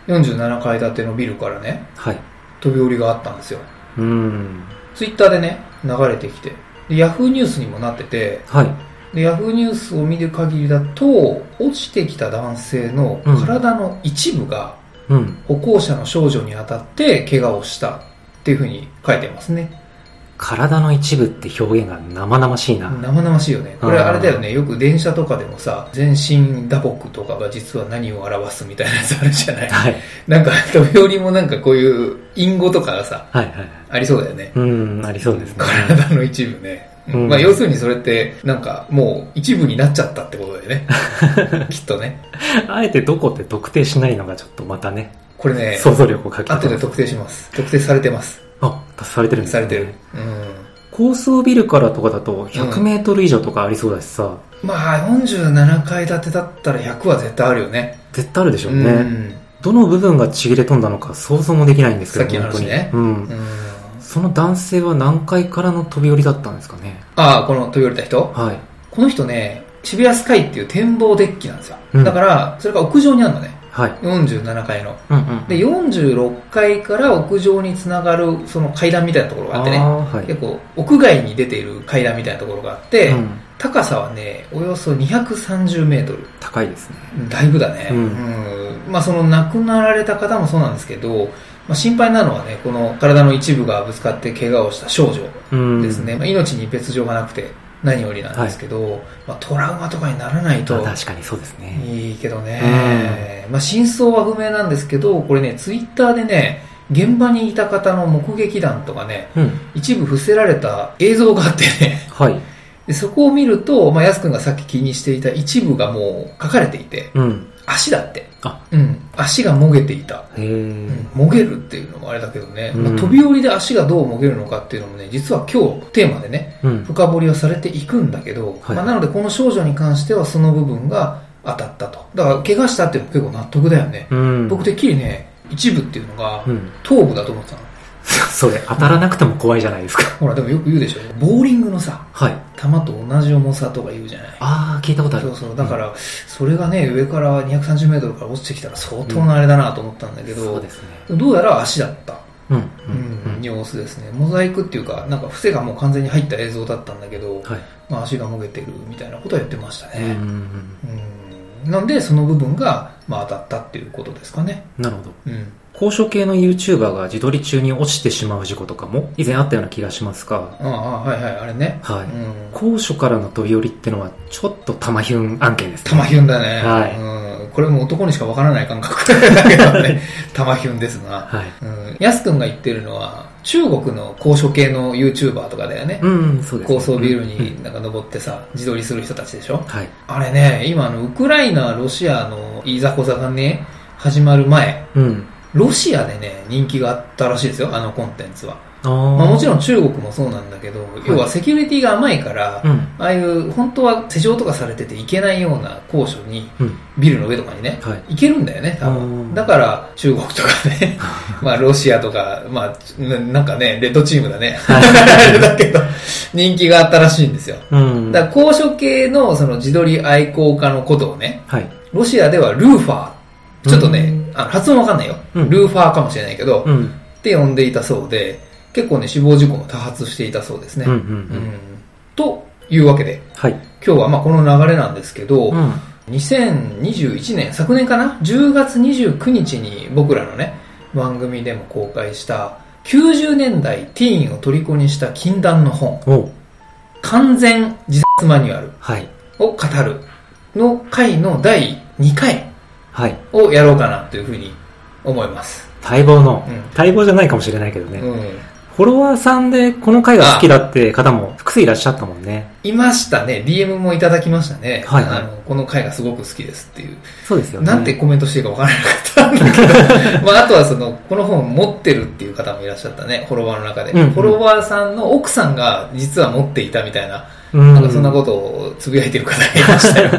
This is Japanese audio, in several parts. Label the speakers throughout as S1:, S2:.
S1: 47階建てのビルからね、
S2: はい。
S1: 飛び降りがあったんですよ。
S2: うん。
S1: ツイッターでね、流れてきて。で、ヤフーニュースにもなってて、
S2: はい。
S1: で、ヤフーニュースを見る限りだと、落ちてきた男性の
S2: うん
S1: 体の一部が
S2: うん。
S1: 歩行者の少女に当たって怪我をしたっていうふうに書いてますね。
S2: 体の一部って表現が生々しいな。
S1: 生々しいよね。これ
S2: あー
S1: あれだよね、よく電車とかでもさ、全身打撲とかが実は何を表すみたいなやつあるじゃない
S2: はい。
S1: なんか、飛び降りもなんかこういう隠語とかがさ、
S2: はいはい。
S1: ありそうだよね。
S2: うん、ありそうですね。
S1: 体の一部ね。
S2: うん
S1: まあ、要するにそれって、なんか、もう一部になっちゃったってことだよ ね。きっとね。
S2: あえてどこって特定しないのがちょっとまたね、
S1: これね、
S2: 想像力をかき立て
S1: 後
S2: ま
S1: です特定します。特定されてます。
S2: あ、されてるんです
S1: さ
S2: ね
S1: れてる。。うん。
S2: 高層ビルからとかだと100メートル以上とかありそうだしさ、
S1: まあ、47階建てだったら100は絶対あるよね。
S2: 絶対あるでしょ
S1: う
S2: うね、
S1: ん。
S2: どの部分がちぎれ飛んだのか想像もできないんですけど、
S1: さっきの
S2: 本当
S1: 話
S2: に。
S1: ね
S2: うん、
S1: うん。
S2: その男性は何階からの飛び降りだったんですかね。
S1: ああ、この飛び降りた人
S2: はい。
S1: この人ね、渋谷スカイっていう展望デッキなんですよ。
S2: うん
S1: だから、それが屋上にあるのね。
S2: はい。
S1: 47階の。
S2: うんうん。
S1: で、46階から屋上につながるその階段みたいなところがあって
S2: あ
S1: ね、
S2: あはい。
S1: 結構屋外に出ている階段みたいなところがあって、
S2: うん、
S1: 高さはね、およそ230メートル。
S2: 高いですね。
S1: だいぶだね。
S2: うん
S1: うんまあその亡くなられた方もそうなんですけど、まあ、心配なのはね、この体の一部がぶつかって怪我をした少女
S2: うん。
S1: ですね。。まあ、命に別状がなくて何よりなんですけど、まあ、トラウマとかにならないと、
S2: まあ、確かにそうですね。
S1: いいけどね、まあ、真相は不明なんですけど、これね、ツイッターでね、現場にいた方の目撃談とかね、
S2: うん。
S1: 一部伏せられた映像があってね、
S2: はい。
S1: でそこを見ると、まあ、やすくんがさっき気にしていた一部がもう書かれていて、
S2: うん。
S1: 足だって。
S2: あ
S1: うん、足がもげていた。
S2: へえ、
S1: うんもげるっていうのもあれだけどね、
S2: うん
S1: まあ飛び降りで足がどうもげるのかっていうのもね、実は今日テーマでね、
S2: うん。
S1: 深掘りはされていくんだけど、
S2: はい
S1: まあ、なのでこの少女に関してはその部分が当たったと。だから怪我したっていうの結構納得だよね。
S2: うん。
S1: 僕てっきりね、一部っていうのが
S2: うん。
S1: 頭部だと思ってたの。
S2: それ当たらなくても怖いじゃないですか。
S1: ほらでもよく言うでしょ。ボーリングのさ、
S2: はい。
S1: 球と同じ重さとか言うじゃない。
S2: ああ、聞いたことある。
S1: そうそう。だから、それがね、上から230メートルから落ちてきたら相当なあれだなと思ったんだけど、
S2: そうですね。
S1: どうやら足だった。
S2: うん。う
S1: うん
S2: ん。
S1: 様子ですね。モザイクっていうか、なんか伏せがもう完全に入った映像だったんだけど、
S2: はい。
S1: まあ足がもげてるみたいなことは言ってました
S2: う
S1: ね。
S2: ん。
S1: うんなんで、その部分が、まあ、当たったっていうことですかね。
S2: なるほど。
S1: うん。
S2: 高所系の YouTuber が自撮り中に落ちてしまう事故とかも以前あったような気がしますが、
S1: ああ、はいはい、あれね。
S2: はい。
S1: うん。
S2: 高所からの飛び降りってのはちょっと玉ひゅん案件ですね。
S1: 玉ひゅんだね。
S2: は
S1: うん。これも男にしかわからない感覚 だけどね。玉ひゅんですな。
S2: はい。
S1: うん。やすくんが言ってるのは、中国の高所系の YouTuber とかだよね。
S2: うん、そうですね、
S1: 高層ビル
S2: うん
S1: になんか登ってさ、自撮りする人たちでしょ
S2: はい。
S1: あれね、今あの、ウクライナ、ロシアのいざこざがね、始まる前、
S2: うん。
S1: ロシアでね、人気があったらしいですよ、あのコンテンツは。
S2: あ、
S1: まあ、も
S2: も
S1: ちろん中国もそうなんだけど、要はセキュリティが甘いから、
S2: うん。
S1: ああいう本当は施錠とかされてて行けないような高所に、
S2: うん。
S1: ビルの上とかにね、
S2: はい。
S1: 行けるんだよね、多
S2: うん
S1: 分。だから、中国とか ね、まあ、ロシアとか、まあ、ななんかね、レッドチームだね。あ れだけど、人気があったらしいんですよ。
S2: うん。
S1: だから、高所系のその自撮り愛好家のことをね、
S2: はい。
S1: ロシアではルーファー、ちょっとね、
S2: うん
S1: あの発音わかんないよ、
S2: うん
S1: ルーファーかもしれないけど、
S2: う
S1: っ
S2: ん。
S1: て呼んでいたそうで、結構ね、死亡事故も多発していたそうですね。
S2: うんうん
S1: う
S2: うん。
S1: んというわけで、
S2: はい。
S1: 今日はまあこの流れなんですけど、
S2: うん。
S1: 2021年、昨年かな ?10 月29日に僕らのね、番組でも公開した、90年代ティーンを虜にした禁断の本、
S2: おう
S1: 完全自殺マニュアル
S2: はい。
S1: を語るの回の第2回
S2: はい。
S1: をやろうかなというふうに思います。
S2: 待望の
S1: うん。
S2: 待望じゃないかもしれないけどね。
S1: うん。
S2: フォロワーさんでこの回が好きだって方も複数いらっしゃったもんね。
S1: いましたね。DM もいただきましたね。
S2: はいはい
S1: あの、この回がすごく好きですっていう。
S2: そうですよね。
S1: なんてコメントしていいかわからなかった んだけど、まあ、あとはその、この本持ってるっていう方もいらっしゃったね、フォロワーの中で。
S2: うんうん
S1: フォロワーさんの奥さんが実は持っていたみたいな、
S2: う
S1: なんかそんなことをつぶやいてる方がいました よ。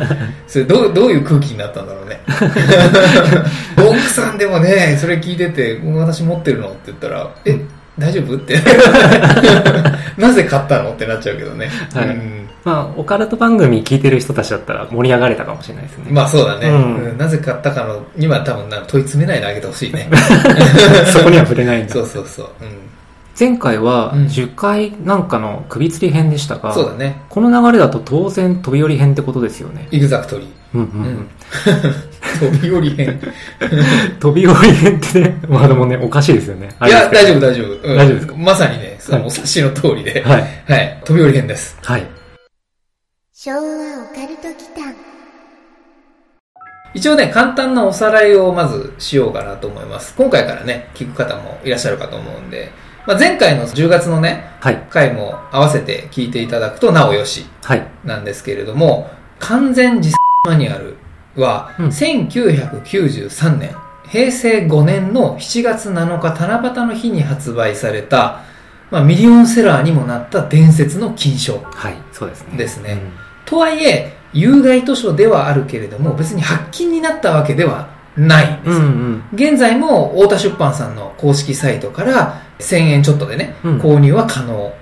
S1: それどう、どういう空気になったんだろうね。奥さんでもね、それ聞いてて、もう私持ってるのって言ったら、え、大丈夫って。 なぜ買ったのってなっちゃうけどね。
S2: はい
S1: うん
S2: まあ、オカルト番組聞いてる人たちだったら盛り上がれたかもしれないですね。
S1: まあそうだね。
S2: うん
S1: うんなぜ買ったかの、今多分な問い詰めないであげてほしい ね。
S2: そこには触れないんだ
S1: そ。うそうそう。うん。
S2: 前回は
S1: うん
S2: 10回なんかの首吊り編でしたが、
S1: そうだね。
S2: この流れだと当然飛び降り編ってことですよね。
S1: イグザクトリー。
S2: うんうん
S1: うん。 飛び降り編。
S2: うん、飛び降り編ってね、ワードもね、おかしいですよね。
S1: いや、大丈夫、
S2: 夫。
S1: 大丈夫。うん
S2: 大丈夫ですか
S1: まさにね、そ
S2: は
S1: のお察しの通りで。
S2: はい。
S1: はい。飛び降り編です。
S2: はい。
S3: 昭和オカルト祈間
S1: 一応ね、簡単なおさらいをまずしようかなと思います。今回からね、聞く方もいらっしゃるかと思うんで、まあ、前回の10月のね、
S2: はい。
S1: 回も合わせて聞いていただくとなおよし。
S2: はい。
S1: なんですけれども、完全自殺マニュアルは、
S2: うん
S1: 1993年、平成5年の7月7日七夕の日に発売された、まあ、ミリオンセラーにもなった伝説の金賞
S2: はい。そうですね。
S1: ですね。
S2: うん
S1: とはいえ、有害図書ではあるけれども、別に発禁になったわけではないんです。
S2: うんうん。
S1: 現在も太田出版さんの公式サイトから1000円ちょっとでね、
S2: うん
S1: 購入は可能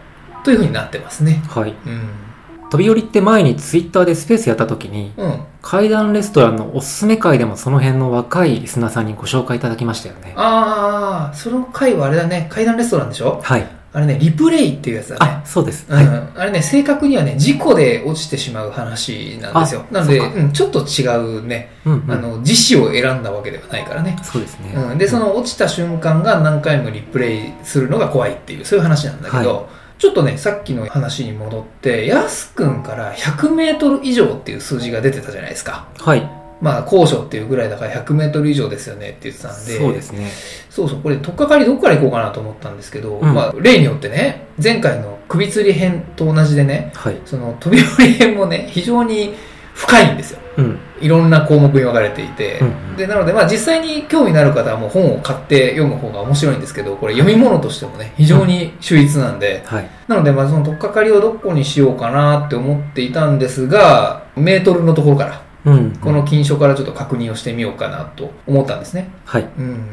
S1: というふうになってますね。
S2: はい。
S1: うん。
S2: 飛び降りって前にツイッターでスペースやった時に、
S1: うん。
S2: 階段レストランのおすすめ会でもその辺の若いリスナーさんにご紹介いただきましたよね。
S1: ああ、その回はあれだね、階段レストランでしょ
S2: はい。
S1: あれね、リプレイっていうやつだね
S2: あ。、そうです。
S1: うん、
S2: はい。
S1: あれね、正確にはね、事故で落ちてしまう話なんですよ。
S2: あ
S1: なので、
S2: そうか
S1: うん、ちょっと違うね、
S2: うん、うん。
S1: あの、自死を選んだわけではないからね。
S2: そうですね。
S1: うん、で、その落ちた瞬間が何回もリプレイするのが怖いっていう、そういう話なんだけど、ちょっとね、さっきの話に戻って、やすくんから100メートル以上っていう数字が出てたじゃないですか。
S2: はい。
S1: まあ、高所っていうぐらいだから100メートル以上ですよねって言ってたんで、
S2: そうですね。
S1: そうそう、これ、とっかかりどっから行こうかなと思ったんですけど、
S2: うん
S1: まあ、例によってね、前回の首吊り編と同じでね、
S2: はい。
S1: その飛び降り編もね、非常に深いんですよ。
S2: うん。
S1: いろんな項目に分かれていて。
S2: うん
S1: で、なので、まあ実際に興味のある方はもう本を買って読む方が面白いんですけど、これ読み物としてもね、非常に秀逸なんで、
S2: はい。
S1: なので、まあそのとっかかりをどこにしようかなって思っていたんですが、メートルのところから、
S2: うん。
S1: この、金賞からちょっと確認をしてみようかなと思ったんですね。
S2: はい。
S1: うん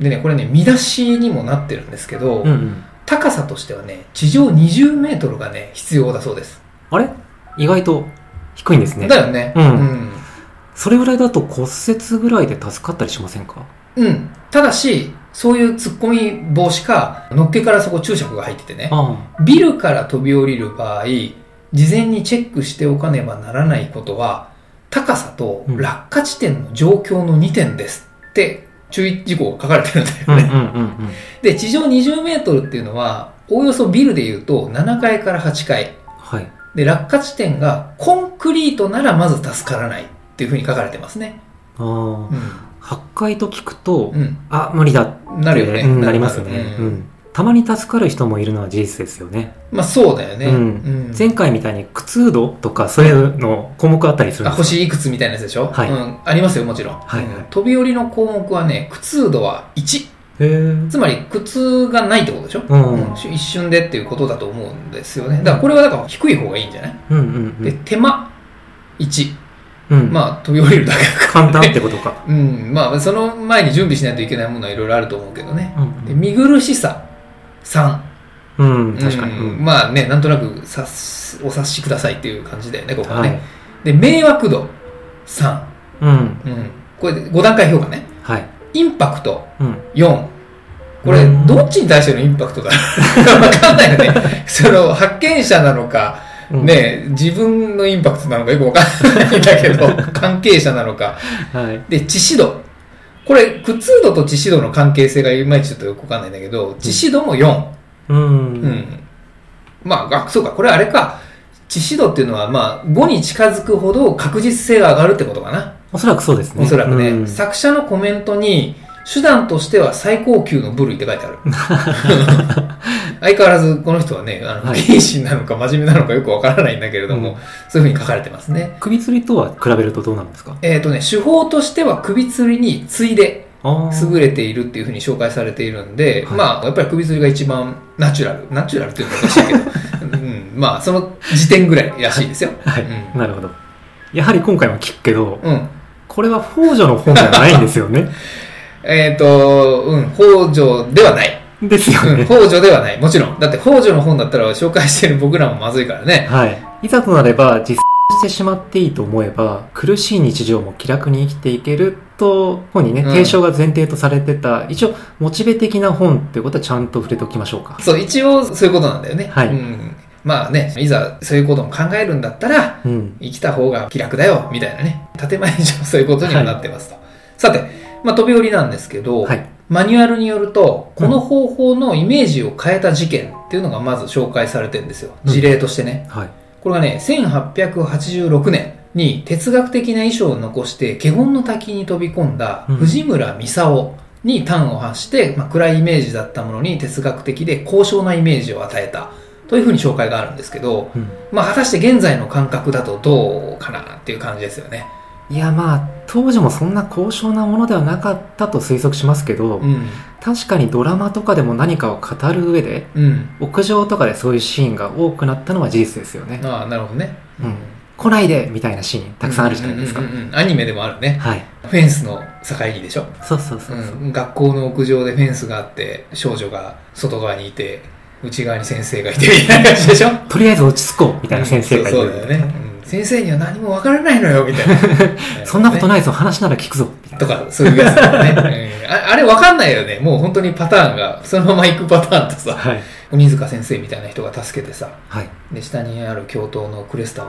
S1: でね、これね、見出しにもなってるんですけど、
S2: うんうん。
S1: 高さとしてはね、地上20メートルがね、必要だそうです。
S2: あれ意外と低いんですね。
S1: だよね。
S2: うんそれぐらいだと骨折ぐらいで助かったりしませんか
S1: うん。うんただし、そういう突っ込み防止か、のっけからそこ注釈が入っててね、
S2: あ
S1: ビルから飛び降りる場合、事前にチェックしておかねばならないことは、高さと落下地点の状況の2点ですって注意事項が書かれてるんだよね。
S2: あ。うんうんうんうん。
S1: で、地上20メートルっていうのは、おおよそビルで言うと7階から8階。
S2: はい。
S1: で、落下地点がコンクリートならまず助からないっていうふうに書かれてますね。
S2: ああ。
S1: う
S2: 8回と聞くと、
S1: ん。
S2: あ、無理だって。
S1: うん。なるよね。
S2: うんなりますね。
S1: う
S2: うんん。たまに助かる人もいるのは事実ですよね。
S1: まあそうだよね。
S2: うん。前回みたいに苦痛度とかそういうの項目あったりする
S1: あ
S2: んですか
S1: 星いくつみたいなやつでしょ、
S2: はい
S1: うん、ありますよ、もちろん、
S2: はいはい
S1: うん飛び降りの項目はね、苦痛度は1。
S2: へー
S1: つまり、苦痛がないってことでしょ、
S2: うん
S1: うん一瞬でっていうことだと思うんですよね。だからこれはだから低い方がいいんじゃない、
S2: うんうんう
S1: で、
S2: ん。
S1: 手間1。
S2: うん、あ、
S1: まあ、飛び降りるだけだから
S2: 簡単ってことか。
S1: うん、まあ、その前に準備しないといけないものはいろいろあると思うけどね。
S2: う ん
S1: で見苦しさ3。
S2: うん、確かに。う
S1: うん
S2: ん
S1: まあね、なんとなくさすお察しくださいっていう感じだよね、ここは
S2: は
S1: ね。
S2: い。
S1: で、迷惑度3。
S2: うん。
S1: うん。これ5段階評価ね。
S2: はい。
S1: インパクト
S2: うん。
S1: 4。これ
S2: うん、
S1: どっちに対してのインパクトだ わかんないよね。その、発見者なのか、
S2: うん。
S1: ね、自分のインパクトなのかよくわかんないんだ けど、関係者なのか。
S2: はい。
S1: で、致死度。これ、苦痛度と致死度の関係性がいまいちちょっとよくわかんないんだけど、致死度も4。
S2: う
S1: うん。
S2: ん。
S1: まあ、あ、そうか、これあれか。致死度っていうのは、まあ、5に近づくほど確実性が上がるってことかな。
S2: おそらくそうですね。
S1: おそらくね。
S2: うん
S1: 作者のコメントに、手段としては最高級の部類って書いて ある。相変わらずこの人はね、あの、
S2: はい
S1: 謹慎なのか真面目なのかよくわからないんだけれども、
S2: うん
S1: そういうふうに書かれてますね。
S2: 首吊りとは比べるとどうなんですか
S1: えっ、とね、手法としては首吊りに次いで
S2: あー
S1: 優れているっていうふうに紹介されているんで、
S2: はい
S1: まあ、やっぱり首吊りが一番ナチュラル。ナチュラルっていうのはおかしいけど、 うん、まあ、その時点ぐらいらしいですよ。
S2: はい、
S1: う
S2: なるほど。やはり今回も聞くけど、
S1: うん。
S2: これは北条の本じゃないんです よね。
S1: えっ、と、うん、北条ではない。
S2: ですよ
S1: う ん、
S2: ね。
S1: 北条ではない。もちろん。だって北条の本だったら紹介してる僕らもまずいからね。
S2: はい。いざとなれば、実践してしまっていいと思えば、苦しい日常も気楽に生きていけると、本にね、
S1: うん
S2: 提唱が前提とされてた、一応、モチベ的な本っていうことはちゃんと触れておきましょうか。
S1: そう、一応そういうことなんだよね。
S2: はい
S1: うん。まあね、いざそういうことも考えるんだったら、
S2: うん。
S1: 生きた方が気楽だよ、みたいなね。建前上そういうことにはなってますと。さて、まあ飛び降りなんですけど、
S2: はい。
S1: マニュアルによると、
S2: うん
S1: この方法のイメージを変えた事件っていうのがまず紹介されてるんですよ。
S2: うん
S1: 事例としてね。
S2: はい。
S1: これがね、1886年に哲学的な遺書を残して、華厳の滝に飛び込んだ
S2: うん
S1: 藤村美沙に端を発して、まあ、暗いイメージだったものに哲学的で高尚なイメージを与えた。というふうに紹介があるんですけど、
S2: うん。
S1: まあ、果たして現在の感覚だとどうかなっていう感じですよね。
S2: いや、まあ、当時もそんな高尚なものではなかったと推測しますけど、
S1: うん。
S2: 確かにドラマとかでも何かを語る上で、
S1: うん。
S2: 屋上とかでそういうシーンが多くなったのは事実ですよね。
S1: ああ、なるほどね。
S2: うん来ないでみたいなシーンたくさんあるじゃないですか
S1: うん。うんうんうんアニメでもあるね。
S2: はい。
S1: フェンスの境木でしょ。
S2: そうそうそううそう。
S1: ん、学校の屋上でフェンスがあって少女が外側にいて内側に先生がいてみたいな感じでしょ
S2: とりあえず落ち着こうみたいな先生がいる、
S1: うんそうそうだよね、うん先生には何もわからないのよみたいな
S2: そんなこと
S1: い
S2: ないぞ、話なら聞くぞみたい
S1: と
S2: な。
S1: かそういうやつだよね、うんああれわかんないよねもう本当にパターンがそのまま行くパターンとさ
S2: はい。
S1: 鬼塚先生みたいな人が助けてさ
S2: はい。
S1: で下にある教頭のクレスタを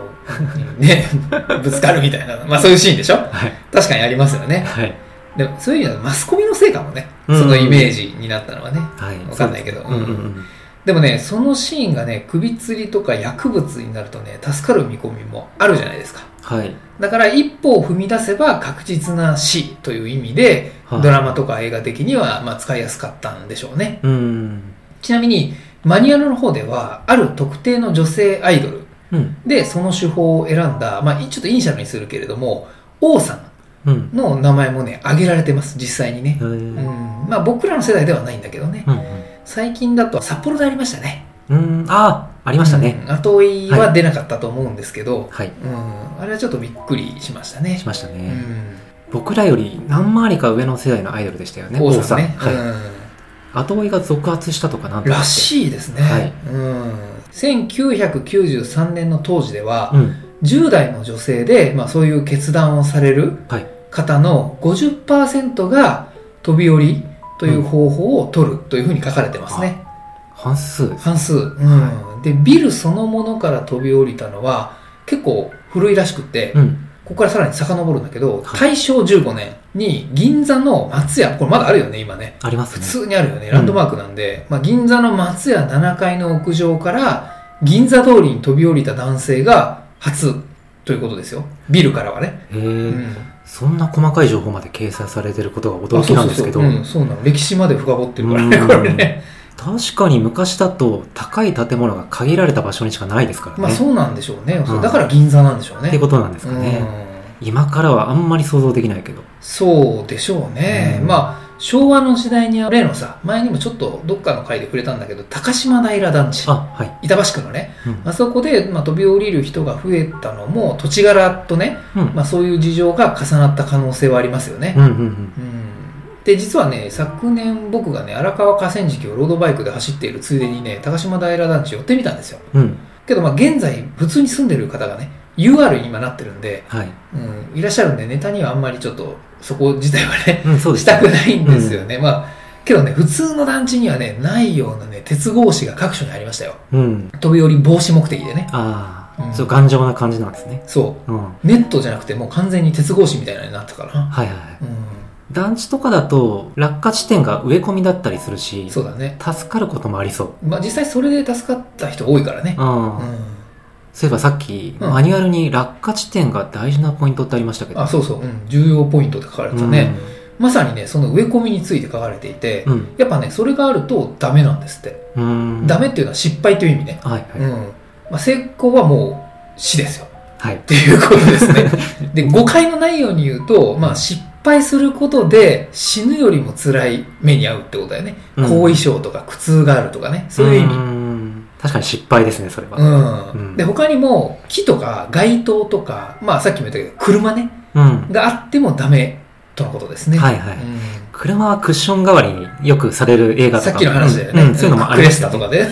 S1: ね ぶつかるみたいなまあそういうシーンでしょ
S2: はい。
S1: 確かにありますよね
S2: はい。
S1: でもそういう意味ではマスコミのせいかもねそ
S2: うん
S1: のイメージになったのはね、
S2: はい。
S1: わかんないけど
S2: そうですねうんうんうん。
S1: でもね、そのシーンがね、首吊りとか薬物になるとね、助かる見込みもあるじゃないですか。
S2: はい。
S1: だから一歩を踏み出せば確実な死という意味で、
S2: はい
S1: ドラマとか映画的には、まあ、使いやすかったんでしょうね。
S2: うん。
S1: ちなみに、マニュアルの方では、ある特定の女性アイドル
S2: うん。
S1: でその手法を選んだ、まあ、ちょっとイニシャルにするけれども、王さ
S2: うん。
S1: んの名前もね、挙げられてます、実際にね
S2: う。
S1: うん
S2: ん。うん
S1: まあ、僕らの世代ではないんだけどね。最近だと札幌でありましたね。
S2: うん。うん。ああ、ありましたね。
S1: うん。後追いは出なかったと思うんですけど、
S2: はい。
S1: うん、あれはちょっとびっくりしましたね
S2: し。ました
S1: う
S2: ね。
S1: ん、
S2: 僕らより何回りか上の世代のアイドルでしたよね。
S1: 王さんね、
S2: 王さんはい。
S1: う
S2: 後追いが続発したとかなん
S1: ん。
S2: とかって
S1: らしいですね。
S2: はい
S1: うん、1993年の当時では、
S2: うん。
S1: 10代の女性で、まあ、そういう決断をされる
S2: はい
S1: 方の50%が飛び降りという方法を取るというふうに書かれてますね。
S2: 半数です。
S1: 半数、うん。で、ビルそのものから飛び降りたのは結構古いらしくて、
S2: うん。
S1: ここからさらに遡るんだけど、
S2: はい
S1: 大正15年に銀座の松屋、これまだあるよね、今ね。
S2: あります
S1: 普
S2: ね。
S1: 通にあるよね、ランドマークなんで、まあ、銀座の松屋7階の屋上から銀座通りに飛び降りた男性が初ということですよ。ビルからはね。
S2: へえ、
S1: うん
S2: そんな細かい情報まで掲載されてることが
S1: あ
S2: 驚きなんですけど。
S1: そうそうそううん、そうなの。歴史まで深掘ってるからね、これね。
S2: 確かに昔だと高い建物が限られた場所にしかないですからね。
S1: まあそうなんでしょうね、
S2: うん
S1: だから銀座なんでしょうね
S2: ってことなんですか
S1: う
S2: ね。
S1: ん
S2: 今からはあんまり想像できないけど。
S1: そうでしょうね、
S2: うん
S1: まあ昭和の時代には例のさ前にもちょっとどっかの回で触れたんだけど高島平団地
S2: あ、はい。
S1: 板橋区のね
S2: うん
S1: あそこで、まあ、飛び降りる人が増えたのも土地柄とね、
S2: うん。
S1: まあ、そういう事情が重なった可能性はありますよね
S2: う、んうんうん。
S1: うんで実はね昨年僕がね荒川河川敷をロードバイクで走っているついでにね高島平団地寄ってみたんですよ
S2: うん。
S1: けどまあ現在普通に住んでる方がね UR に今なってるんで、
S2: はい。
S1: うん、いらっしゃるんでネタにはあんまりちょっとそこ自体はね
S2: うん、そうで
S1: し
S2: す
S1: た
S2: ね
S1: くないんですよね、まあけどね普通の団地にはねないようなね鉄格子が各所にありましたよ
S2: うん。
S1: 飛び降り防止目的でね
S2: ああ、
S1: うん
S2: そう、頑丈な感じなんですね。
S1: そ
S2: うん。は
S1: うネットじゃなくてもう完全に鉄格子みたいなのになったから
S2: い
S1: な
S2: はいはい。
S1: う
S2: 団地とかだと、落下地点が植え込みだったりするし
S1: ん、そうだね
S2: 助かることもありそう。
S1: まあ実際それで助かった人多いからね
S2: うん
S1: う。ん
S2: そういえばさっき、
S1: うん
S2: マニュアルに落下地点が大事なポイントってありましたけど。
S1: あそうそう、うん、重要ポイントって書かれてたね、まさにねその植え込みについて書かれていて、
S2: うん。うん。
S1: やっぱねそれがあるとダメなんですって、
S2: うん。
S1: ダメっていうのは失敗という意味ね、
S2: はい
S1: うん
S2: はい。
S1: まあ、成功はもう死ですよ
S2: はい
S1: っ。ていうことです ね。で、誤解のないように言うと、まあ失敗することで死ぬよりも辛い目に遭うってことだよね。
S2: うん
S1: 後遺症とか苦痛があるとかね。そういう意味。
S2: 味。確かに失敗ですね、それは。
S1: うん。
S2: うん
S1: で、他にも木とか街灯とか、まあさっきも言ったけど、車ね、
S2: うん。
S1: があってもダメとのことですね。
S2: はいはい
S1: うん
S2: 車はクッション代わりによくされる映画と
S1: さ
S2: か。
S1: っきの話だよね。
S2: うんうん、そういうのもあり
S1: ク
S2: ま
S1: レ
S2: す
S1: スタ
S2: よ
S1: と
S2: ね
S1: かで。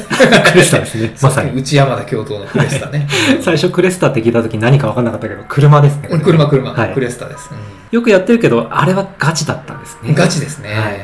S2: クレスタですね。まさに。
S1: 内山田教頭のクレスタ ね。
S2: 最初クレスタって聞いた時何か分かんなかったけど、車ですね。こ
S1: う
S2: れ
S1: ん車車、
S2: はい
S1: クレスタです。
S2: よくやってるけど、あれはガチだったんです
S1: うん
S2: ね。
S1: ガチですね。
S2: は
S1: う
S2: い
S1: ん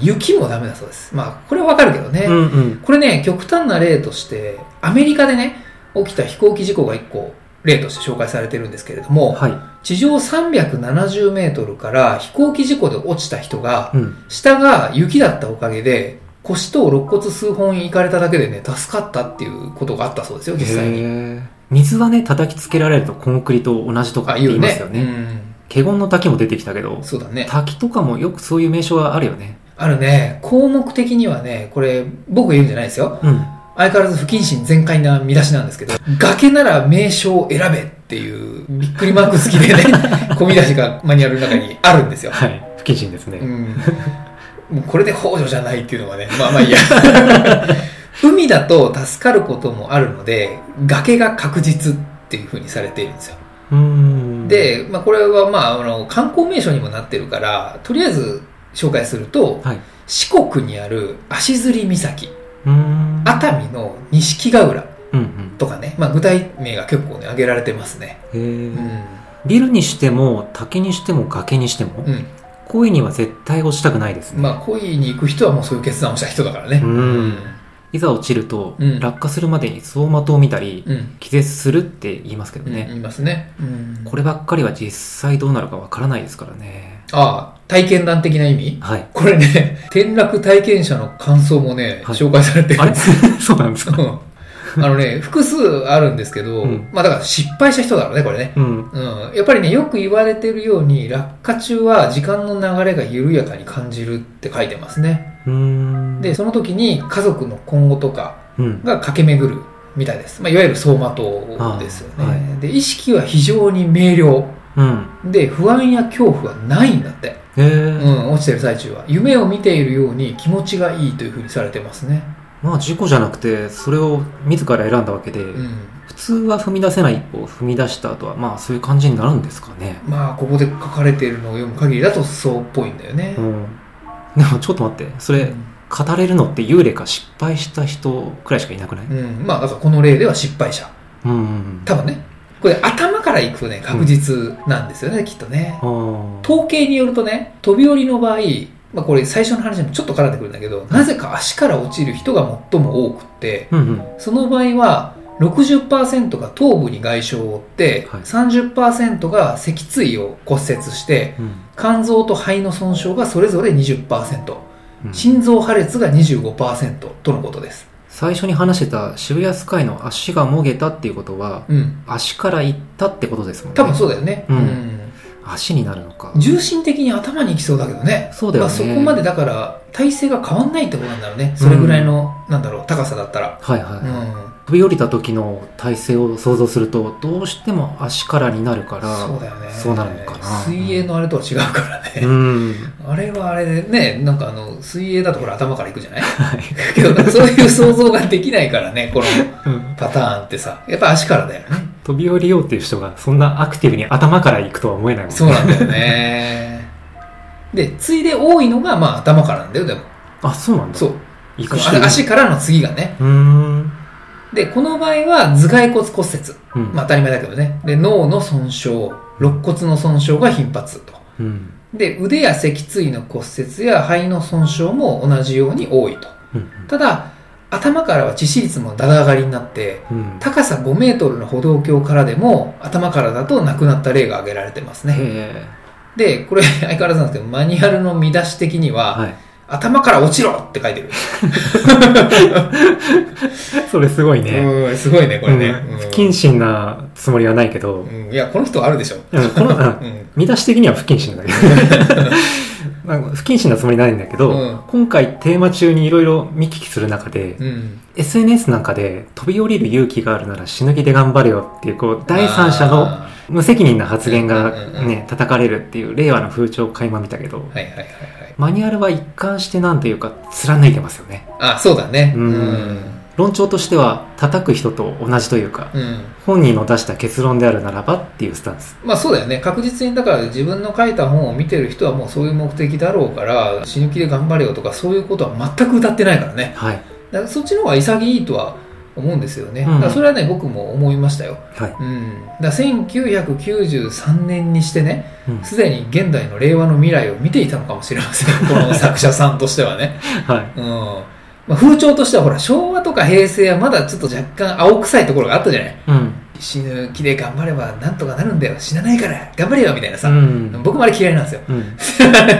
S1: 雪もダメだそうです。まあ、これはわかるけどね。
S2: うんうん。
S1: これね、極端な例として、アメリカでね、起きた飛行機事故が1個、例として紹介されてるんですけれども、
S2: は
S1: 地上370メートルから飛行機事故で落ちた人が
S2: い。、うん。
S1: 下が雪だったおかげで、腰と肋骨数本いかれただけでね、助かったっていうことがあったそうですよ、実際に。
S2: へー水はね、叩きつけられるとコンクリと同じとかっ
S1: あ、
S2: て言
S1: 言
S2: いうます
S1: ね
S2: よ。ね。
S1: う
S2: 華厳の滝も出てきたけど
S1: ん。、そうだね。
S2: 滝とかもよくそういう名称はあるよね。
S1: あるね、項目的にはね、これ、僕が言うんじゃないですよ。
S2: うん。
S1: 相変わらず不謹慎全開な見出しなんですけど、崖なら名称を選べっていうびっくりマーク好き でね、込み出しがマニュアルの中にあるんですよ。
S2: はい。不謹慎です
S1: う
S2: ね。
S1: ん。もうこれで北条じゃないっていうのはね、まあまあいいや。 海だと助かることもあるので、崖が確実っていう風にされているんですよ。
S2: うーん。、
S1: で、まあこれはまあ、あの、観光名所にもなってるから、とりあえず紹介すると、
S2: はい。
S1: 四国にある足摺岬、
S2: うーん。
S1: 熱海の錦ヶ浦。
S2: うんうん。
S1: とかね、まあ、具体名が結構ね挙げられてますね、
S2: へ
S1: う
S2: ー
S1: ん
S2: ビルにしても、滝にしても、崖にしても、
S1: うん
S2: 恋には絶対落ちたくないですね。
S1: まあ、恋に行く人はもうそういう決断をした人だからね
S2: う
S1: うん
S2: んいざ落ちると、
S1: うん
S2: 落下するまでに走馬灯を見たり、
S1: うん
S2: 気絶するって言いますけど
S1: ね
S2: ね、
S1: いますね、うん
S2: こればっかりは実際どうなるかわからないですからね
S1: ああ体験談的な意味
S2: はい
S1: これね 転落体験者の感想もね、
S2: はい
S1: 紹介されてる
S2: あれ そうなんですか
S1: うんあのね複数あるんですけど、
S2: うん
S1: まあだから失敗した人だろうねこれね
S2: うん
S1: うん、やっぱりね、よく言われてるように、落下中は時間の流れが緩やかに感じるって書いてますね。
S2: うーん
S1: で、その時に家族の今後とか、
S2: うん
S1: が駆け巡るみたいです、まあ、いわゆる走馬灯ですよね、
S2: ああは
S1: で意識は非常に明瞭
S2: うん
S1: で不安や恐怖はないんだって、
S2: へ
S1: う
S2: ー
S1: ん、落ちてる最中は夢を見ているように気持ちがいいというふうにされてますね、
S2: まあ事故じゃなくてそれを自ら選んだわけで、
S1: うん、
S2: 普通は踏み出せない一歩を踏み出した後はまあそういう感じになるんですかね
S1: まあここで書かれているのを読む限りだとそうっぽいんだよね、
S2: うんでもちょっと待ってそれ語れるのって幽霊か失敗した人くらいしかいなくない
S1: うん、まあだからこの例では失敗者
S2: うんうん
S1: 多分ねこれ頭からいくとね確実なんですよね、きっとね
S2: うんあー
S1: 統計によるとね飛び降りの場合、まあ、これ最初の話にもちょっと絡んでくるんだけどなぜか足から落ちる人が最も多くって
S2: うんうん
S1: その場合は60%が頭部に外傷を負って、
S2: はい
S1: 30%が脊椎を骨折して
S2: うん
S1: 肝臓と肺の損傷がそれぞれ20%
S2: うん
S1: 心臓破裂が25%とのことです、
S2: 最初に話してた渋谷スカイの足がもげたっていうことは
S1: うん、
S2: 足から行ったってことですもんね
S1: 多分そうだよね、
S2: うん足になるのか
S1: うん重心的に頭に行きそうだけどね
S2: そうだ
S1: ま
S2: よ
S1: あ、
S2: ね、
S1: そこまでだから体勢が変わんないってことなんだろうね。それぐらいの、なんだろう、高さだったら。
S2: はいは
S1: う
S2: い、
S1: ん。
S2: 飛び降りた時の体勢を想像するとどうしても足からになるから
S1: そうだよね。
S2: そうなのかな
S1: 水泳のあれとは違うからね。
S2: うん
S1: あれはあれでね、なんかあの、水泳だとほら頭からいくじゃない けど、そういう想像ができないからね、この
S2: うん
S1: パターンってさ。やっぱ足からだよね。
S2: 飛び降りようっていう人がそんなアクティブに頭から行くとは思えないもんね
S1: そうなんだよね。 で、ついで多いのが、まあ頭からなんだよ、でも。
S2: あそうなんだ
S1: そう。
S2: 行
S1: そ
S2: く
S1: う
S2: 人
S1: あ足からの次がね。
S2: うーん
S1: で、この場合は頭蓋骨骨折。
S2: うん
S1: まあ当たり前だけどね。で、脳の損傷、肋骨の損傷が頻発と。
S2: うん
S1: で、腕や脊椎の骨折や肺の損傷も同じように多いと。
S2: うん
S1: ただ、頭からは致死率もだだ上がりになって、
S2: うん
S1: 高さ5メートルの歩道橋からでも頭からだと亡くなった例が挙げられてますね。
S2: へえ
S1: で、これ相変わらずなんですけど、マニュアルの見出し的には、
S2: はい
S1: 頭から落ちろって書いてる。
S2: それすごいね、
S1: うん、すごいね、これね。
S2: うん
S1: うん
S2: 不謹慎なつもりはないけど、
S1: うんいや、この人はあるでしょ。
S2: うんこのうん
S1: うん
S2: 見出し的には不謹慎だけど なんか不謹慎なつもりないんだけど、
S1: うん
S2: 今回テーマ中にいろいろ見聞きする中で、
S1: うん。
S2: SNS なんかで飛び降りる勇気があるなら死ぬ気で頑張れよっていうこう第三者の
S1: あ
S2: 無責任な発言が
S1: うんうんうん
S2: ね叩かれるっていう令和の風潮を垣間見たけど
S1: ーはいはいはいはい。
S2: マニュアルは一貫してなんていうか貫いてますよね
S1: あ、そうだね。
S2: うん
S1: うん。
S2: 論調としては叩く人と同じというか
S1: うん
S2: 本人の出した結論であるならばっていうスタンス
S1: まあそうだよね。確実に、だから自分の書いた本を見てる人はもうそういう目的だろうから、死ぬ気で頑張れよとかそういうことは全く歌ってないからね。
S2: はい
S1: だからそっちの方が潔いとは思うんですよね。
S2: うん
S1: だからそれはね、僕も思いましたよ。
S2: はい、
S1: うん。だから1993年にしてね、
S2: うん
S1: すでに現代の令和の未来を見ていたのかもしれません。こ の作者さんとしてはね。
S2: は
S1: う
S2: い
S1: ん。まあ、風潮としてはほら、昭和とか平成はまだちょっと若干青臭いところがあったじゃない。
S2: うん
S1: 死ぬ気で頑張ればなんとかなるんだよ。死なないから頑張れよみたいなさ。
S2: うん
S1: 僕もあれ嫌いなんですよ。
S2: うん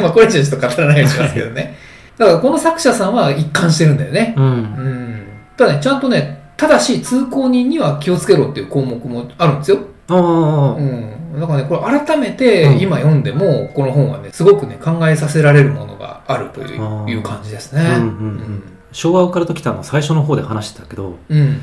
S1: まあこれ以上ちょっと語らないようにしますけど ね。だからこの作者さんは一貫してるんだよね。
S2: う
S1: うんん。ただね、ちゃんとね、ただし通行人には気をつけろっていう項目もあるんですよ。
S2: あ
S1: う
S2: あ
S1: ん。だからね、これ改め
S2: う
S1: て
S2: ん
S1: 今読んでも、この本はね、すごくね、考えさせられるものがあるとい
S2: あ
S1: う
S2: ー
S1: いう感じですね。
S2: うん昭和オカルト来たの最初の方で話してたけど
S1: うん。うん。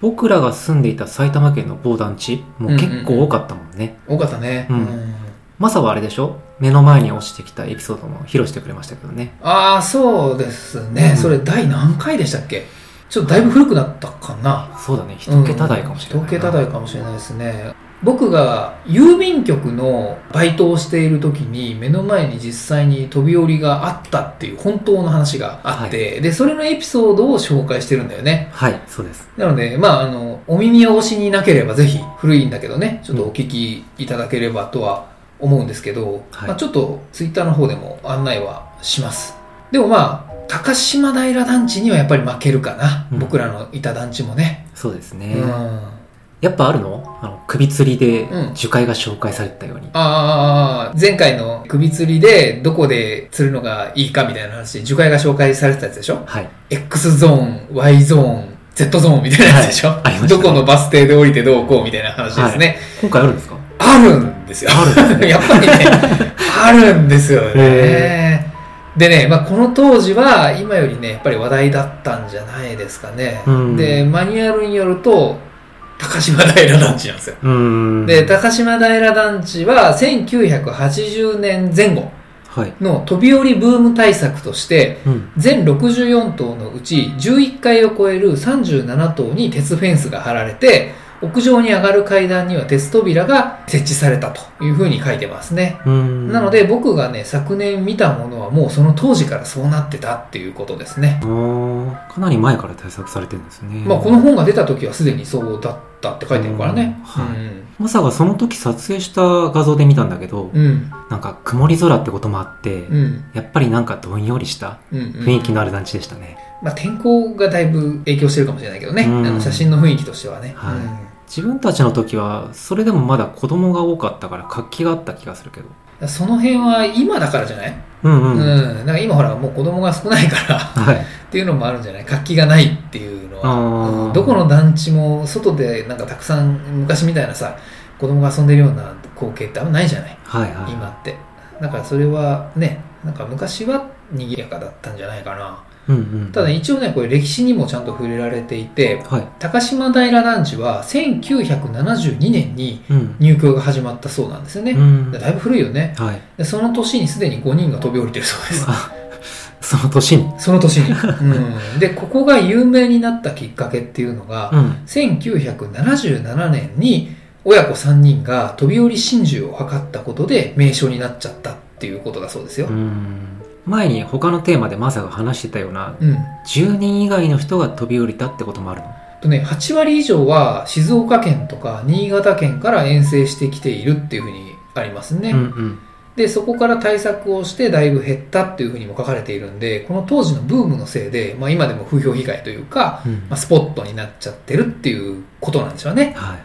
S2: 僕らが住んでいた埼玉県の某団地も結構多かったもんね、
S1: 多かったね。
S2: うんマサはあれでしょ目の前に落ちてきたエピソードも披露してくれましたけどね
S1: ああ、そうですね。
S2: うん
S1: それ第何回でしたっけちょっとだいぶ古くなったかな。
S2: そうだね一桁台かもしれないな、
S1: うん一桁台かもしれないですね僕が郵便局のバイトをしている時に目の前に実際に飛び降りがあったっていう本当の話があって、でそれのエピソードを紹介してるんだよね
S2: はいそうです
S1: なのでまああのお耳をおしになければぜひ古いんだけどねちょっとお聞きいただければとは思うんですけど、
S2: はい
S1: まあ、ちょっとツイッターの方でも案内はしますでもまあ高島平団地にはやっぱり負けるかな、
S2: うん
S1: 僕らのいた団地もね、
S2: そうですね、
S1: うん
S2: やっぱあるのあの首吊りで
S1: うん
S2: 樹海が紹介されてたように、
S1: ああ、前回の首吊りでどこで釣るのがいいかみたいな話、樹海が紹介されてたやつでしょ
S2: はい
S1: ?X ゾーン、Y ゾーン、Z ゾーンみたいなやつでしょ、
S2: はいありました
S1: どこのバス停で降りてどうこうみたいな話ですね。
S2: 今回あるんですか
S1: あるんですよ。
S2: あるん
S1: やっぱりね、あるんですよね
S2: へ。
S1: でね、まあ、この当時は今よりね、やっぱり話題だったんじゃないですかね。
S2: うん
S1: で、マニュアルによると、高島平団地なんですよ。
S2: うーん
S1: で、高島平団地は1980年前後
S2: はい、
S1: の飛び降りブーム対策として、
S2: うん、
S1: 全64棟のうち11階を超える37棟に鉄フェンスが張られて、屋上に上がる階段には鉄扉が設置されたというふうに書いてますね。
S2: うーん
S1: なので僕がね、昨年見たものはもうその当時からそうなってたっていうことですね
S2: あ。ーかなり前から対策されてるんですね
S1: まあこの本が出た時はすでにそうだったって書いてるからね。
S2: うんはいマサがその時撮影した画像で見たんだけど、
S1: うん。うん。
S2: なんか曇り空ってこともあって、
S1: うん。
S2: やっぱりなんかどんよりした
S1: うんうん。
S2: 雰囲気のある団地でしたね、
S1: まあ、天候がだいぶ影響してるかもしれないけどね、
S2: うん
S1: あの写真の雰囲気としてはね、
S2: はい
S1: うん
S2: 自分たちの時はそれでもまだ子供が多かったから活気があった気がするけど
S1: その辺は今だからじゃない、
S2: うん
S1: う
S2: うんん、
S1: なんか今ほらもう子供が少ないから
S2: はい
S1: っていうのもあるんじゃない活気がないっていうのは、
S2: あ
S1: うん
S2: ー
S1: どこの団地も外でなんかたくさん昔みたいなさ子供が遊んでるような光景ってあんまないじゃない
S2: はいはい
S1: 今ってだからそれはねなんか昔は賑やかだったんじゃないかな。
S2: うんうん。
S1: ただ、一応ね、これ歴史にもちゃんと触れられていて、
S2: はい。
S1: 高島平団地は1972年に
S2: うん。
S1: 入居が始まったそうなんですよ
S2: う
S1: ね。
S2: ん。
S1: だいぶ古いよね。
S2: はい。
S1: でその年にすでに5人が飛び降りてるそうです。
S2: あ、その年に。
S1: その年に。うん、で、ここが有名になったきっかけっていうのが、
S2: うん。
S1: 1977年に親子3人が飛び降り真珠を図ったことで名称になっちゃったっていうことだそうですよ
S2: う。ん。前に他のテーマでマサが話してたような、
S1: うん。
S2: 10人以外の人が飛び降りたってこともあるの。
S1: とね、8割以上は静岡県とか新潟県から遠征してきているっていうふうにありますね。
S2: うんうん。
S1: で、そこから対策をしてだいぶ減ったっていうふうにも書かれているんで、この当時のブームのせいで、まあ今でも風評被害というか、
S2: うん
S1: まあ、スポットになっちゃってるっていうことなんでしょうね。
S2: はいはい。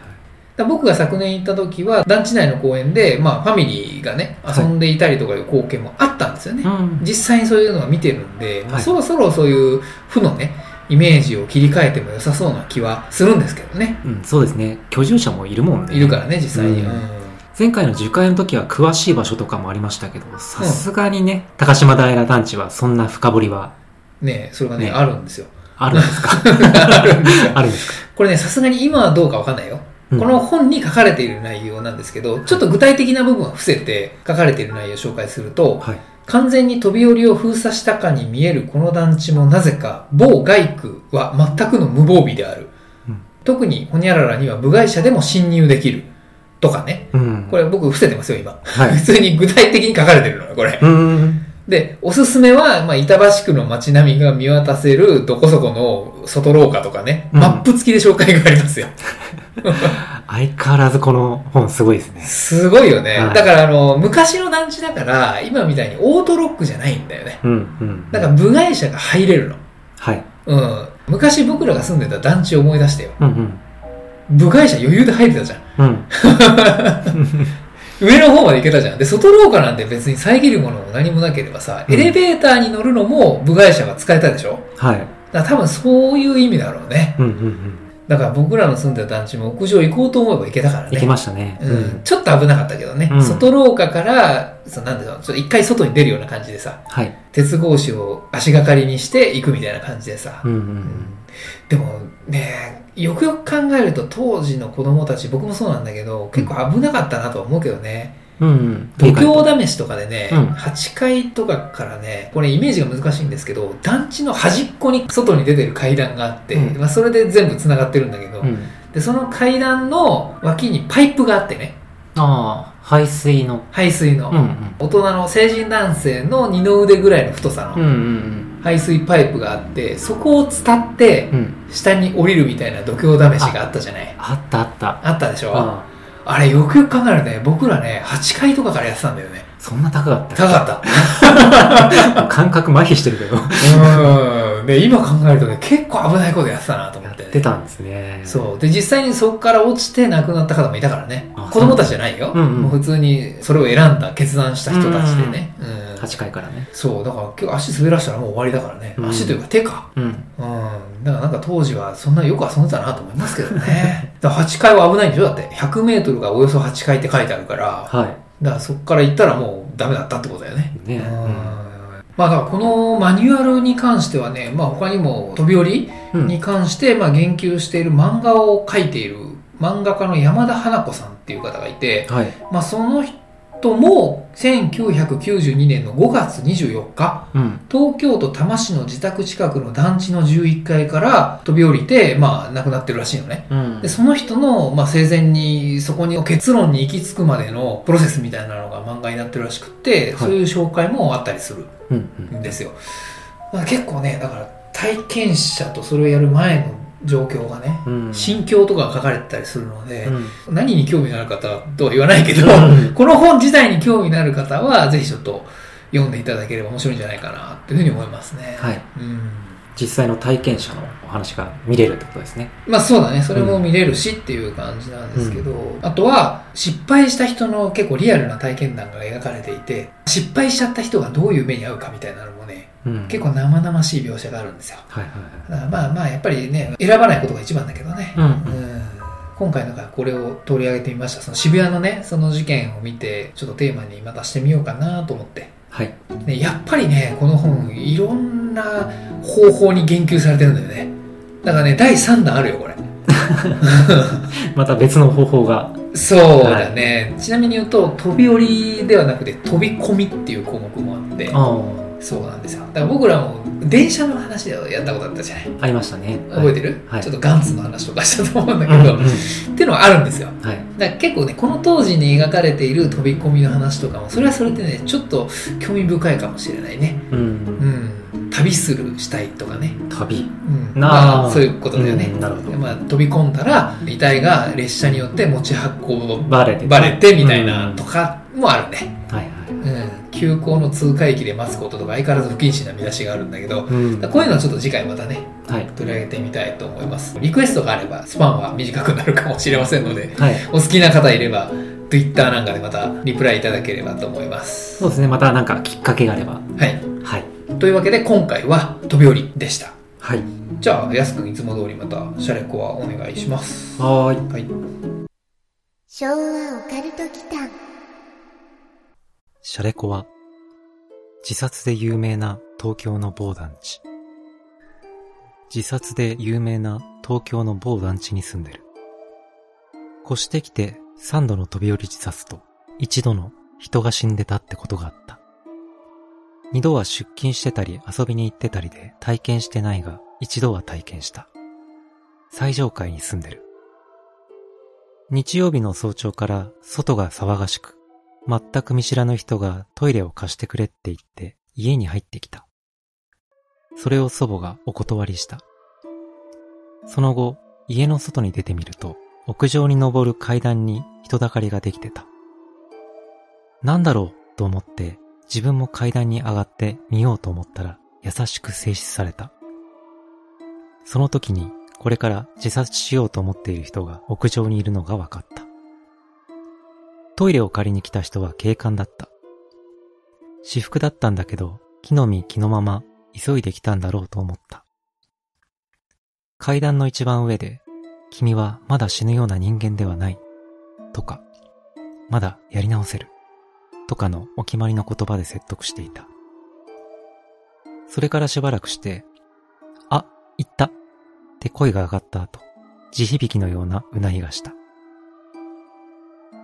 S1: だ僕が昨年行った時は団地内の公園で、まあ、ファミリーがね遊んでいたりとかいう光景もあったんですよね、
S2: うん。
S1: 実際にそういうのは見てるんで、まあ
S2: はい
S1: そろそろそういう負のねイメージを切り替えても良さそうな気はするんですけどね
S2: うん、そうですね。居住者もいるもんね。
S1: いるからね実際に、
S2: うん
S1: うん
S2: 前回の樹海の時は詳しい場所とかもありましたけど、さすがにね、高島平団地はそんな深掘りは
S1: ねそれがね
S2: ね
S1: あるんですよ
S2: あるんですか
S1: あるんですよ
S2: あるんですか、
S1: これねさすがに今はどうかわかんないよ、
S2: うん
S1: この本に書かれている内容なんですけどちょっと具体的な部分は伏せて書かれている内容を紹介すると、
S2: はい。
S1: 完全に飛び降りを封鎖したかに見えるこの団地もなぜか某外区は全くの無防備である、
S2: うん
S1: 特にホニャララには部外者でも侵入できるとかね
S2: うん。
S1: これ僕伏せてますよ今
S2: は
S1: 普
S2: い。
S1: 通に具体的に書かれてるのよこれ
S2: うーん。
S1: でおすすめは、まあ、板橋区の街並みが見渡せるどこそこの外廊下とかね、
S2: うん
S1: マップ付きで紹介がありますよ
S2: 相変わらずこの本すごいですね。
S1: すごいよね、
S2: はい
S1: だからあの昔の団地だから今みたいにオートロックじゃないんだよね
S2: うんうん。
S1: だから部外者が入れるの
S2: はい。
S1: うん、昔僕らが住んでた団地を思い出してよ
S2: うんうん。
S1: 部外者余裕で入れたじゃん
S2: うん。
S1: 上の方まで行けたじゃんで外廊下なんて別に遮るものも何もなければさ、
S2: うん
S1: エレベーターに乗るのも部外者が使えたでしょ
S2: はい。
S1: だから多分そういう意味だろうね
S2: うんうんうん。
S1: だから僕らの住んでた団地も屋上行こうと思えば行けたからね
S2: 行きましたね。
S1: うんちょっと危なかったけどね、
S2: うん
S1: 外廊下からそのなんでしょうちょっと一回外に出るような感じでさ
S2: はい。
S1: 鉄格子を足がかりにして行くみたいな感じでさ、
S2: うんうん
S1: でもねよくよく考えると当時の子供たち僕もそうなんだけど結構危なかったなとは思うけどね
S2: うん。うんうん。
S1: 度胸試しとかでね、
S2: うん
S1: 8階とかからねこれイメージが難しいんですけど団地の端っこに外に出てる階段があって、
S2: うん
S1: まあ、それで全部つながってるんだけど、
S2: うん。
S1: でその階段の脇にパイプがあってね
S2: ああ、排水の。
S1: 排水の、
S2: うんうん。
S1: 大人の成人男性の二の腕ぐらいの太さ
S2: うん
S1: の排水パイプがあってそこを伝って
S2: うんうん。
S1: 下に降りるみたいな度胸試しがあったじゃない
S2: あったあった。
S1: あったでしょ
S2: あ
S1: あれ、よくよく考えるとね、僕らね、8階とかからやってたんだよね。
S2: あ、そんな高かった
S1: 高かっ
S2: 感覚麻痺して るけど。
S1: た。うん。で、今考えるとね、結構危ないことやってたなと思
S2: やっ
S1: って、ね。
S2: てたんですね。
S1: そう。で、実際にそこから落ちて亡くなった方もいたからね
S2: あ。
S1: 子供たちじゃないよ。
S2: うんうん
S1: も普通にそれを選んだ、決断した人たちでね。うん。
S2: 8回からね。
S1: そう。だから結構足滑らしたらもう終わりだからね。
S2: うん
S1: 足というか手か。
S2: うん。
S1: うん。だからなんか当時はそんなよく遊んでたなと思いますけどね。 だから8階は危ないんでしょだって。100メートルがおよそ8階って書いてあるから。
S2: は
S1: だからそこから行ったらもうダメだったってことだよね。
S2: い。ね。
S1: うんまあだからこのマニュアルに関してはね、まあ他にも飛び降り
S2: うん。うん
S1: に関してまあ言及している漫画を描いている漫画家の山田花子さんっていう方がいて、
S2: はい。
S1: まあその人も1992年の5月24日、
S2: うん。
S1: 東京都多摩市の自宅近くの団地の11階から飛び降りて、まあ亡くなってるらしいのね。
S2: うん
S1: でその人の、まあ、生前にそこに結論に行き着くまでのプロセスみたいなのが漫画になってるらしくって、
S2: は
S1: そ
S2: い
S1: ういう紹介もあったりする
S2: うんうん。
S1: んですよ、まあ、結構ねだから体験者とそれをやる前の状況がね、
S2: うん
S1: 心境とかが書かれてたりするので、
S2: うん
S1: 何に興味のある方とは言わないけど、
S2: う ん
S1: この本自体に興味のある方はぜひちょっと読んでいただければ面白いんじゃないかなっていうふうに思いますね、
S2: はい。
S1: うん
S2: 実際の体験者のお話が見れるってことですね。
S1: まあそうだね、それも見れるしっていう感じなんですけど、あとは失敗した人の結構リアルな体験談が描かれていて、失敗しちゃった人がどういう目に遭うかみたいなのもね、
S2: うん
S1: 結構生々しい描写があるんですよ。
S2: はいはいはい。
S1: だからまあまあ、やっぱりね、選ばないことが一番だけどね。
S2: うん
S1: うん今回なんかこれを取り上げてみました。その渋谷のね、その事件を見て、ちょっとテーマにまたしてみようかなと思って。
S4: はい。
S1: ねやっぱりねこの本いろんな方法に言及されてるんだよねだからね第3弾あるよこれ
S4: また別の方法が。
S1: そうだね、ちなみに言うと飛び降りではなくて飛び込みっていう項目もあって
S4: ああ、
S1: そうなんですよだから僕らも電車の話でやったことあったじゃない
S4: ありましたね。
S1: 覚えて
S4: る
S1: る、
S4: はい
S1: ちょっとガンツの話とかしたと思うんだ
S4: う
S1: け
S4: ん
S1: ど、
S4: うん
S1: っ。ていうのはあるんですよ
S4: はい。
S1: だから結構ねこの当時に描かれている飛び込みの話とかもそれはそれでねちょっと興味深いかもしれないね
S4: う。
S1: うんん旅するしたいとかね、
S4: 旅。
S1: うん、
S4: なあ
S1: まあそういうことだよね、
S4: うんなるほど
S1: まあ、飛び込んだら遺体が列車によって持ち運
S4: バレてた。
S1: ばれてみたいな
S4: うん
S1: とかもあるね、
S4: はいはい。
S1: うん、急行の通過駅で待つこととか相変わらず不謹慎な見出しがあるんだけど
S4: うん。
S1: こういうのはちょっと次回またね
S4: はい。
S1: 取り上げてみたいと思いますリクエストがあればスパンは短くなるかもしれませんので
S4: はい。
S1: お好きな方いれば Twitter なんかでまたリプライいただければと思います
S4: そうですね。またなんかきっかけがあれば。
S1: はい
S4: はい。
S1: というわけで今回は飛び降りでした
S4: はい。
S1: じゃあやすくんいつも通りまたシャレコはお願いします
S4: はーい。
S1: はい
S3: 昭和オカルト祈間
S4: シャレコは、自殺で有名な東京の某団地。自殺で有名な東京の某団地に住んでる。越してきて3度の飛び降り自殺と、一度の人が死んでたってことがあった。二度は出勤してたり遊びに行ってたりで体験してないが、一度は体験した。最上階に住んでる。日曜日の早朝から外が騒がしく、全く見知らぬ人がトイレを貸してくれって言って家に入ってきた。それを祖母がお断りした。その後、家の外に出てみると、屋上に登る階段に人だかりができてた。なんだろうと思って、自分も階段に上がってみようと思ったら、優しく制止された。その時に、これから自殺しようと思っている人が屋上にいるのが分かった。トイレを借りに来た人は警官だった。私服だったんだけど、木の実木のまま、急いで来たんだろうと思った。階段の一番上で、君はまだ死ぬような人間ではない。とか、まだやり直せる。とかのお決まりの言葉で説得していた。それからしばらくして、あ、行ったって声が上がった後、地響きのようなうなりがした。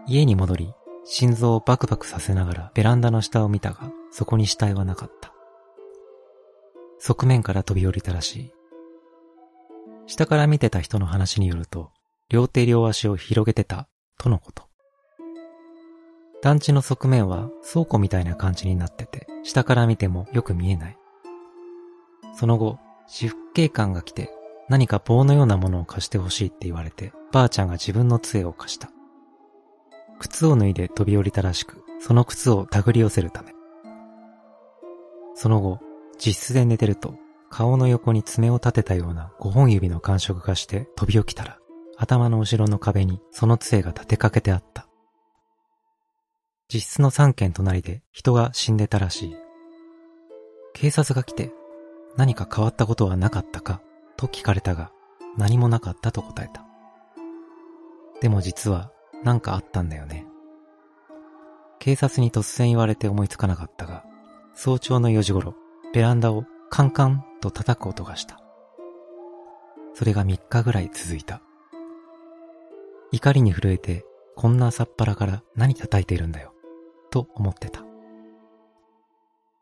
S4: 家に戻り、心臓をバクバクさせながらベランダの下を見たが、そこに死体はなかった。側面から飛び降りたらしい。下から見てた人の話によると、両手両足を広げてた、とのこと。団地の側面は倉庫みたいな感じになってて、下から見てもよく見えない。その後、私服警官が来て、何か棒のようなものを貸してほしいって言われて、ばあちゃんが自分の杖を貸した。靴を脱いで飛び降りたらしく、その靴を手繰り寄せるため。その後、実質で寝てると、顔の横に爪を立てたような5本指の感触がして飛び起きたら、頭の後ろの壁にその杖が立てかけてあった。実質の3軒隣で人が死んでたらしい。警察が来て、何か変わったことはなかったかと聞かれたが、何もなかったと答えた。でも実はなんかあったんだよね。警察に突然言われて思いつかなかったが、早朝の4時頃、ベランダをカンカンと叩く音がした。それが3日ぐらい続いた。怒りに震えて、こんな朝っぱらから何叩いているんだよ、と思ってた。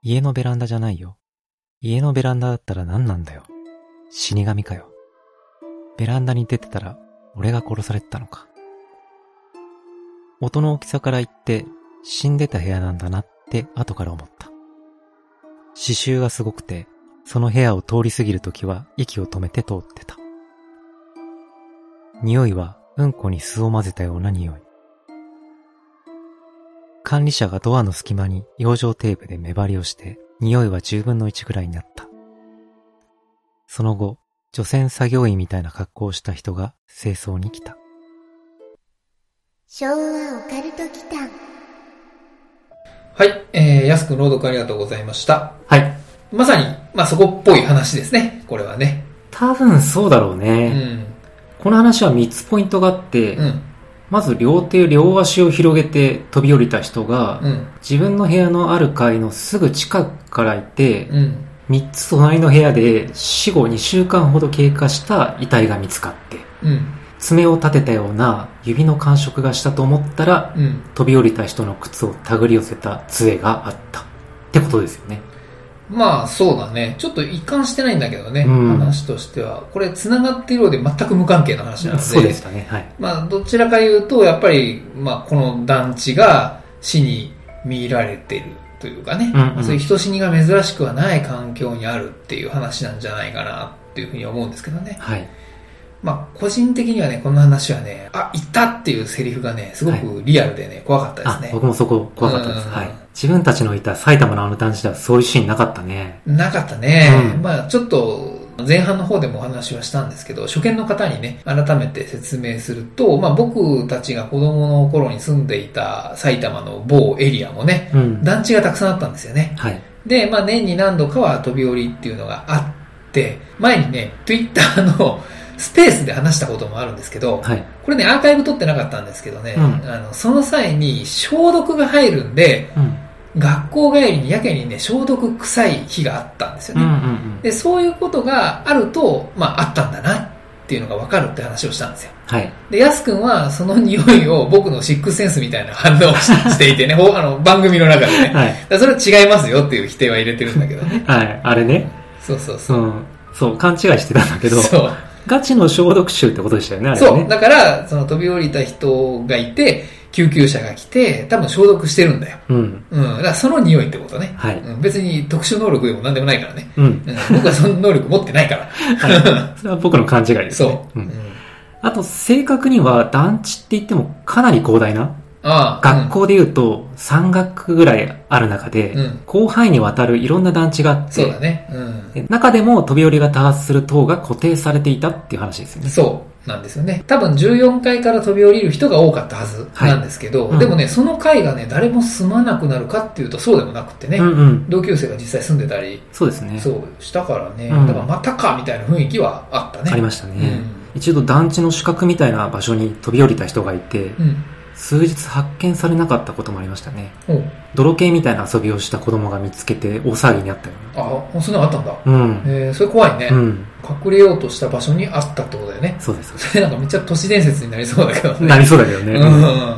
S4: 家のベランダじゃないよ。家のベランダだったら何なんだよ。死神かよ。ベランダに出てたら、俺が殺されてたのか。音の大きさから言って死んでた部屋なんだなって後から思った。刺繍がすごくて、その部屋を通り過ぎるときは息を止めて通ってた。匂いはうんこに酢を混ぜたような匂い。管理者がドアの隙間に養生テープで目張りをして、匂いは10分の1ぐらいになった。その後、除染作業員みたいな格好をした人が清掃に来た。
S3: 昭和オカルト祈間
S1: はい、えー、やすくん朗読ありがとうございました
S4: はい。
S1: まさに、まあ、そこっぽい話ですねこれはね
S4: 多分そうだろうね。
S1: うん
S4: この話は3つポイントがあって、
S1: うん
S2: まず両手両足を広げて飛び降りた人が、
S1: うん。
S2: 自分の部屋のある階のすぐ近くからいて、
S1: うん。
S2: 3つ隣の部屋で死後2週間ほど経過した遺体が見つかって、
S1: うん。
S2: 爪を立てたような指の感触がしたと思ったら、
S1: うん。
S2: 飛び降りた人の靴を手繰り寄せた杖があった。ってことですよね。
S1: まあ、そうだね。ちょっと一貫してないんだけどね。
S2: うん
S1: 話としては。これ、繋がっているようで全く無関係な話なので。
S2: そうでしたね。はい。
S1: まあ、どちらか言うと、やっぱり、まあ、この団地が死に見られてるというかね、
S2: うんうん
S1: そういう人死にが珍しくはない環境にあるっていう話なんじゃないかなっていうふうに思うんですけどね。
S2: はい。
S1: まあ、個人的にはね、この話はね、あ、いたっていうセリフがね、すごくリアルでね、怖かった
S2: あ
S1: で、すね。
S2: 僕もそこ怖かったです。
S1: うん
S2: はい。自分たちのいた埼玉のあの団地ではそういうシーンなかったね。
S1: なかったね。
S2: うん
S1: まあ、ちょっと、前半の方でもお話はしたんですけど、初見の方にね、改めて説明すると、まあ僕たちが子供の頃に住んでいた埼玉の某エリアもね、
S2: うん。
S1: 団地がたくさんあったんですよね。
S2: はい。
S1: で、まあ年に何度かは飛び降りっていうのがあって、前にね、Twitter のスペースで話したこともあるんですけど、
S2: はい。
S1: これね、アーカイブ撮ってなかったんですけどね、
S2: うん
S1: あのその際に消毒が入るんで、
S2: うん。
S1: 学校帰りにやけにね、消毒臭い日があったんですよ
S2: うん
S1: ね。
S2: うんうん。
S1: で、そういうことがあると、まああったんだなっていうのがわかるって話をしたんですよ。
S2: はい。
S1: で、やすくんはその匂いを僕のシックスセンスみたいな反応をししていてね、 ほあの番組の中でね。
S2: はい。
S1: だからそれは違いますよっていう否定は入れてるんだけど ね。
S2: はい。あれね。
S1: そうそうそう。
S2: うん。そう、勘違いしてたんだけど、
S1: そう。
S2: ガチの消毒臭ってことでしたよね、あれは
S1: そう。
S2: ね。
S1: だから、その飛び降りた人がいて、救急車が来て、多分消毒してるんだよ。
S2: うん。
S1: うん。だからその匂いってことね。
S2: はい。
S1: うん、別に特殊能力でも何でもないからね。
S2: うん。
S1: うん、僕はその能力持ってないから。
S2: それは僕の勘違いですね
S1: そ。う。
S2: う。
S1: うんん
S2: あと、正確には団地って言ってもかなり広大な。
S1: ああ。
S2: 学校で言うと3学ぐらいある中で
S1: うん、
S2: 広範囲にわたるいろんな団地があ
S1: うん
S2: っ
S1: そうだ
S2: て、
S1: ね。うん。
S2: で中でも飛び降りが多発する塔が固定されていたっていう話ですよね。
S1: そうなんですよね。多分14階から飛び降りる人が多かったはずなんですけど、
S2: はいうん
S1: でもね、その階がね、誰も住まなくなるかっていうとそうでもなくってね、
S2: うんうん。
S1: 同級生が実際住んでたり、
S2: そうですね。
S1: そうしたからね、
S2: うん
S1: だからまたかみたいな雰囲気はあったね。
S2: ありましたね
S1: うん。
S2: 一度団地の死角みたいな場所に飛び降りた人がいて、
S1: うん。
S2: 数日発見されなかったこともありましたね。
S1: おう
S2: 泥系みたいな遊びをした子供が見つけて大騒ぎにあったよう
S1: あ、そんなのあったんだ。
S2: な。うん。
S1: えー、それ怖いね、
S2: うん。
S1: 隠れようとした場所にあったってことだよね。
S2: そうです。
S1: それなんかめっちゃ都市伝説になりそうだけどね。
S2: なりそうだけどね。
S1: うん。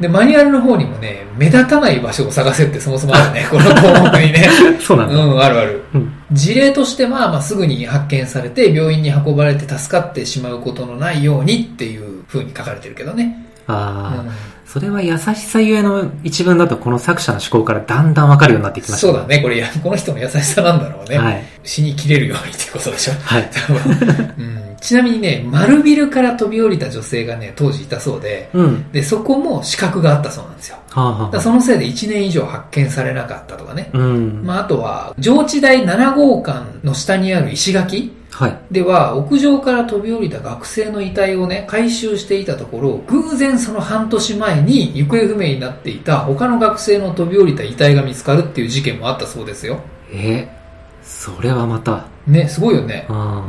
S1: で、マニュアルの方にもね、目立たない場所を探せってそもそもある ね、この項目にね。
S2: そうなん
S1: う
S2: だ。
S1: ん、あるある。
S2: うん。
S1: 事例としては、まあ、すぐに発見されて、病院に運ばれて助かってしまうことのないようにっていう風に書かれてるけどね。
S2: ああ、
S1: う
S2: それは優しさゆえの一文だとこの作者の思考からだんだんわかるようになってき
S1: ん、
S2: ました。
S1: そうだね、これ、いやこの人の優しさなんだろうね。
S2: はい。
S1: 死に切れるようにってことでしょ。
S2: はい。
S1: 多分うん、ちなみにね、丸ビルから飛び降りた女性がね、当時いたそうで、
S2: うん。
S1: で、そこも資格があったそうなんですよ。
S2: はあ、
S1: だ
S2: は
S1: から
S2: あ、
S1: そのせいで1年以上発見されなかったとかね。
S2: うん。
S1: まあ、あとは、上智大7号館の下にある石垣
S2: はい。
S1: では、屋上から飛び降りた学生の遺体をね、回収していたところ、偶然その半年前に行方不明になっていた他の学生の飛び降りた遺体が見つかるっていう事件もあったそうですよ。
S2: えー、それはまた、
S1: ね、すごいよね。う
S2: あ
S1: ん、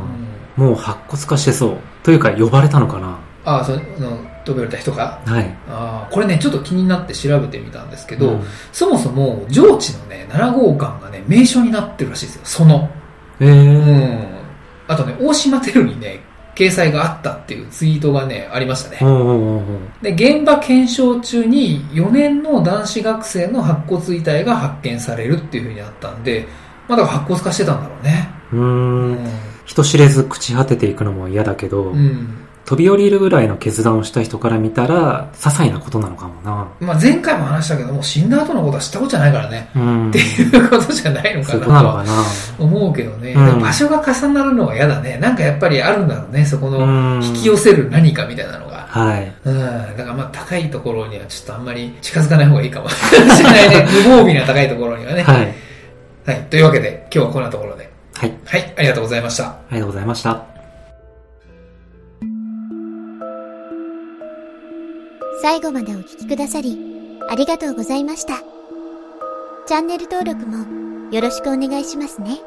S2: ーもう白骨化してそう。というか呼ばれたのかな
S1: ああ、その、飛び降りた人か
S2: はい。
S1: ああ、これね、ちょっと気になって調べてみたんですけど、
S2: うん
S1: そもそも上智のね、7号館がね、名所になってるらしいですよ、その。
S2: え
S1: う
S2: ー、
S1: ん。あとね、大島テルにね、掲載があったっていうツイートがね、ありましたね。
S2: うんうんうんうん。
S1: で、現場検証中に4年の男子学生の白骨遺体が発見されるっていうふうにあったんで、まあだから白骨化してたんだろうね。
S2: うーん。
S1: う
S2: 人知れず朽ち果てていくのも嫌だけど、
S1: ん。うん。
S2: 飛び降りるぐらいの決断をした人から見たら、些細なことなのかもな。
S1: まあ前回も話したけども、死んだ後のことは知ったことじゃないからね。
S2: うん。
S1: っていうことじゃないの
S2: そう
S1: か
S2: いう
S1: な
S2: ことな
S1: と
S2: の
S1: は
S2: かな。
S1: 思うけどね。
S2: うん
S1: でも場所が重なるのは嫌だね。なんかやっぱりあるんだろうね、そこの
S2: うん
S1: 引き寄せる何かみたいなのが。
S2: はい。
S1: うん、だからまあ高いところにはちょっとあんまり近づかない方がいいかもしれないね。無防備な高いところにはね。
S2: はい。
S1: はい。というわけで、今日はこんなところで。
S2: はい。あり
S1: はい、ありがとうございました。
S2: がとうございました。
S3: 最後までお聞きくださり、ありがとうございました。チャンネル登録もよろしくお願いしますね。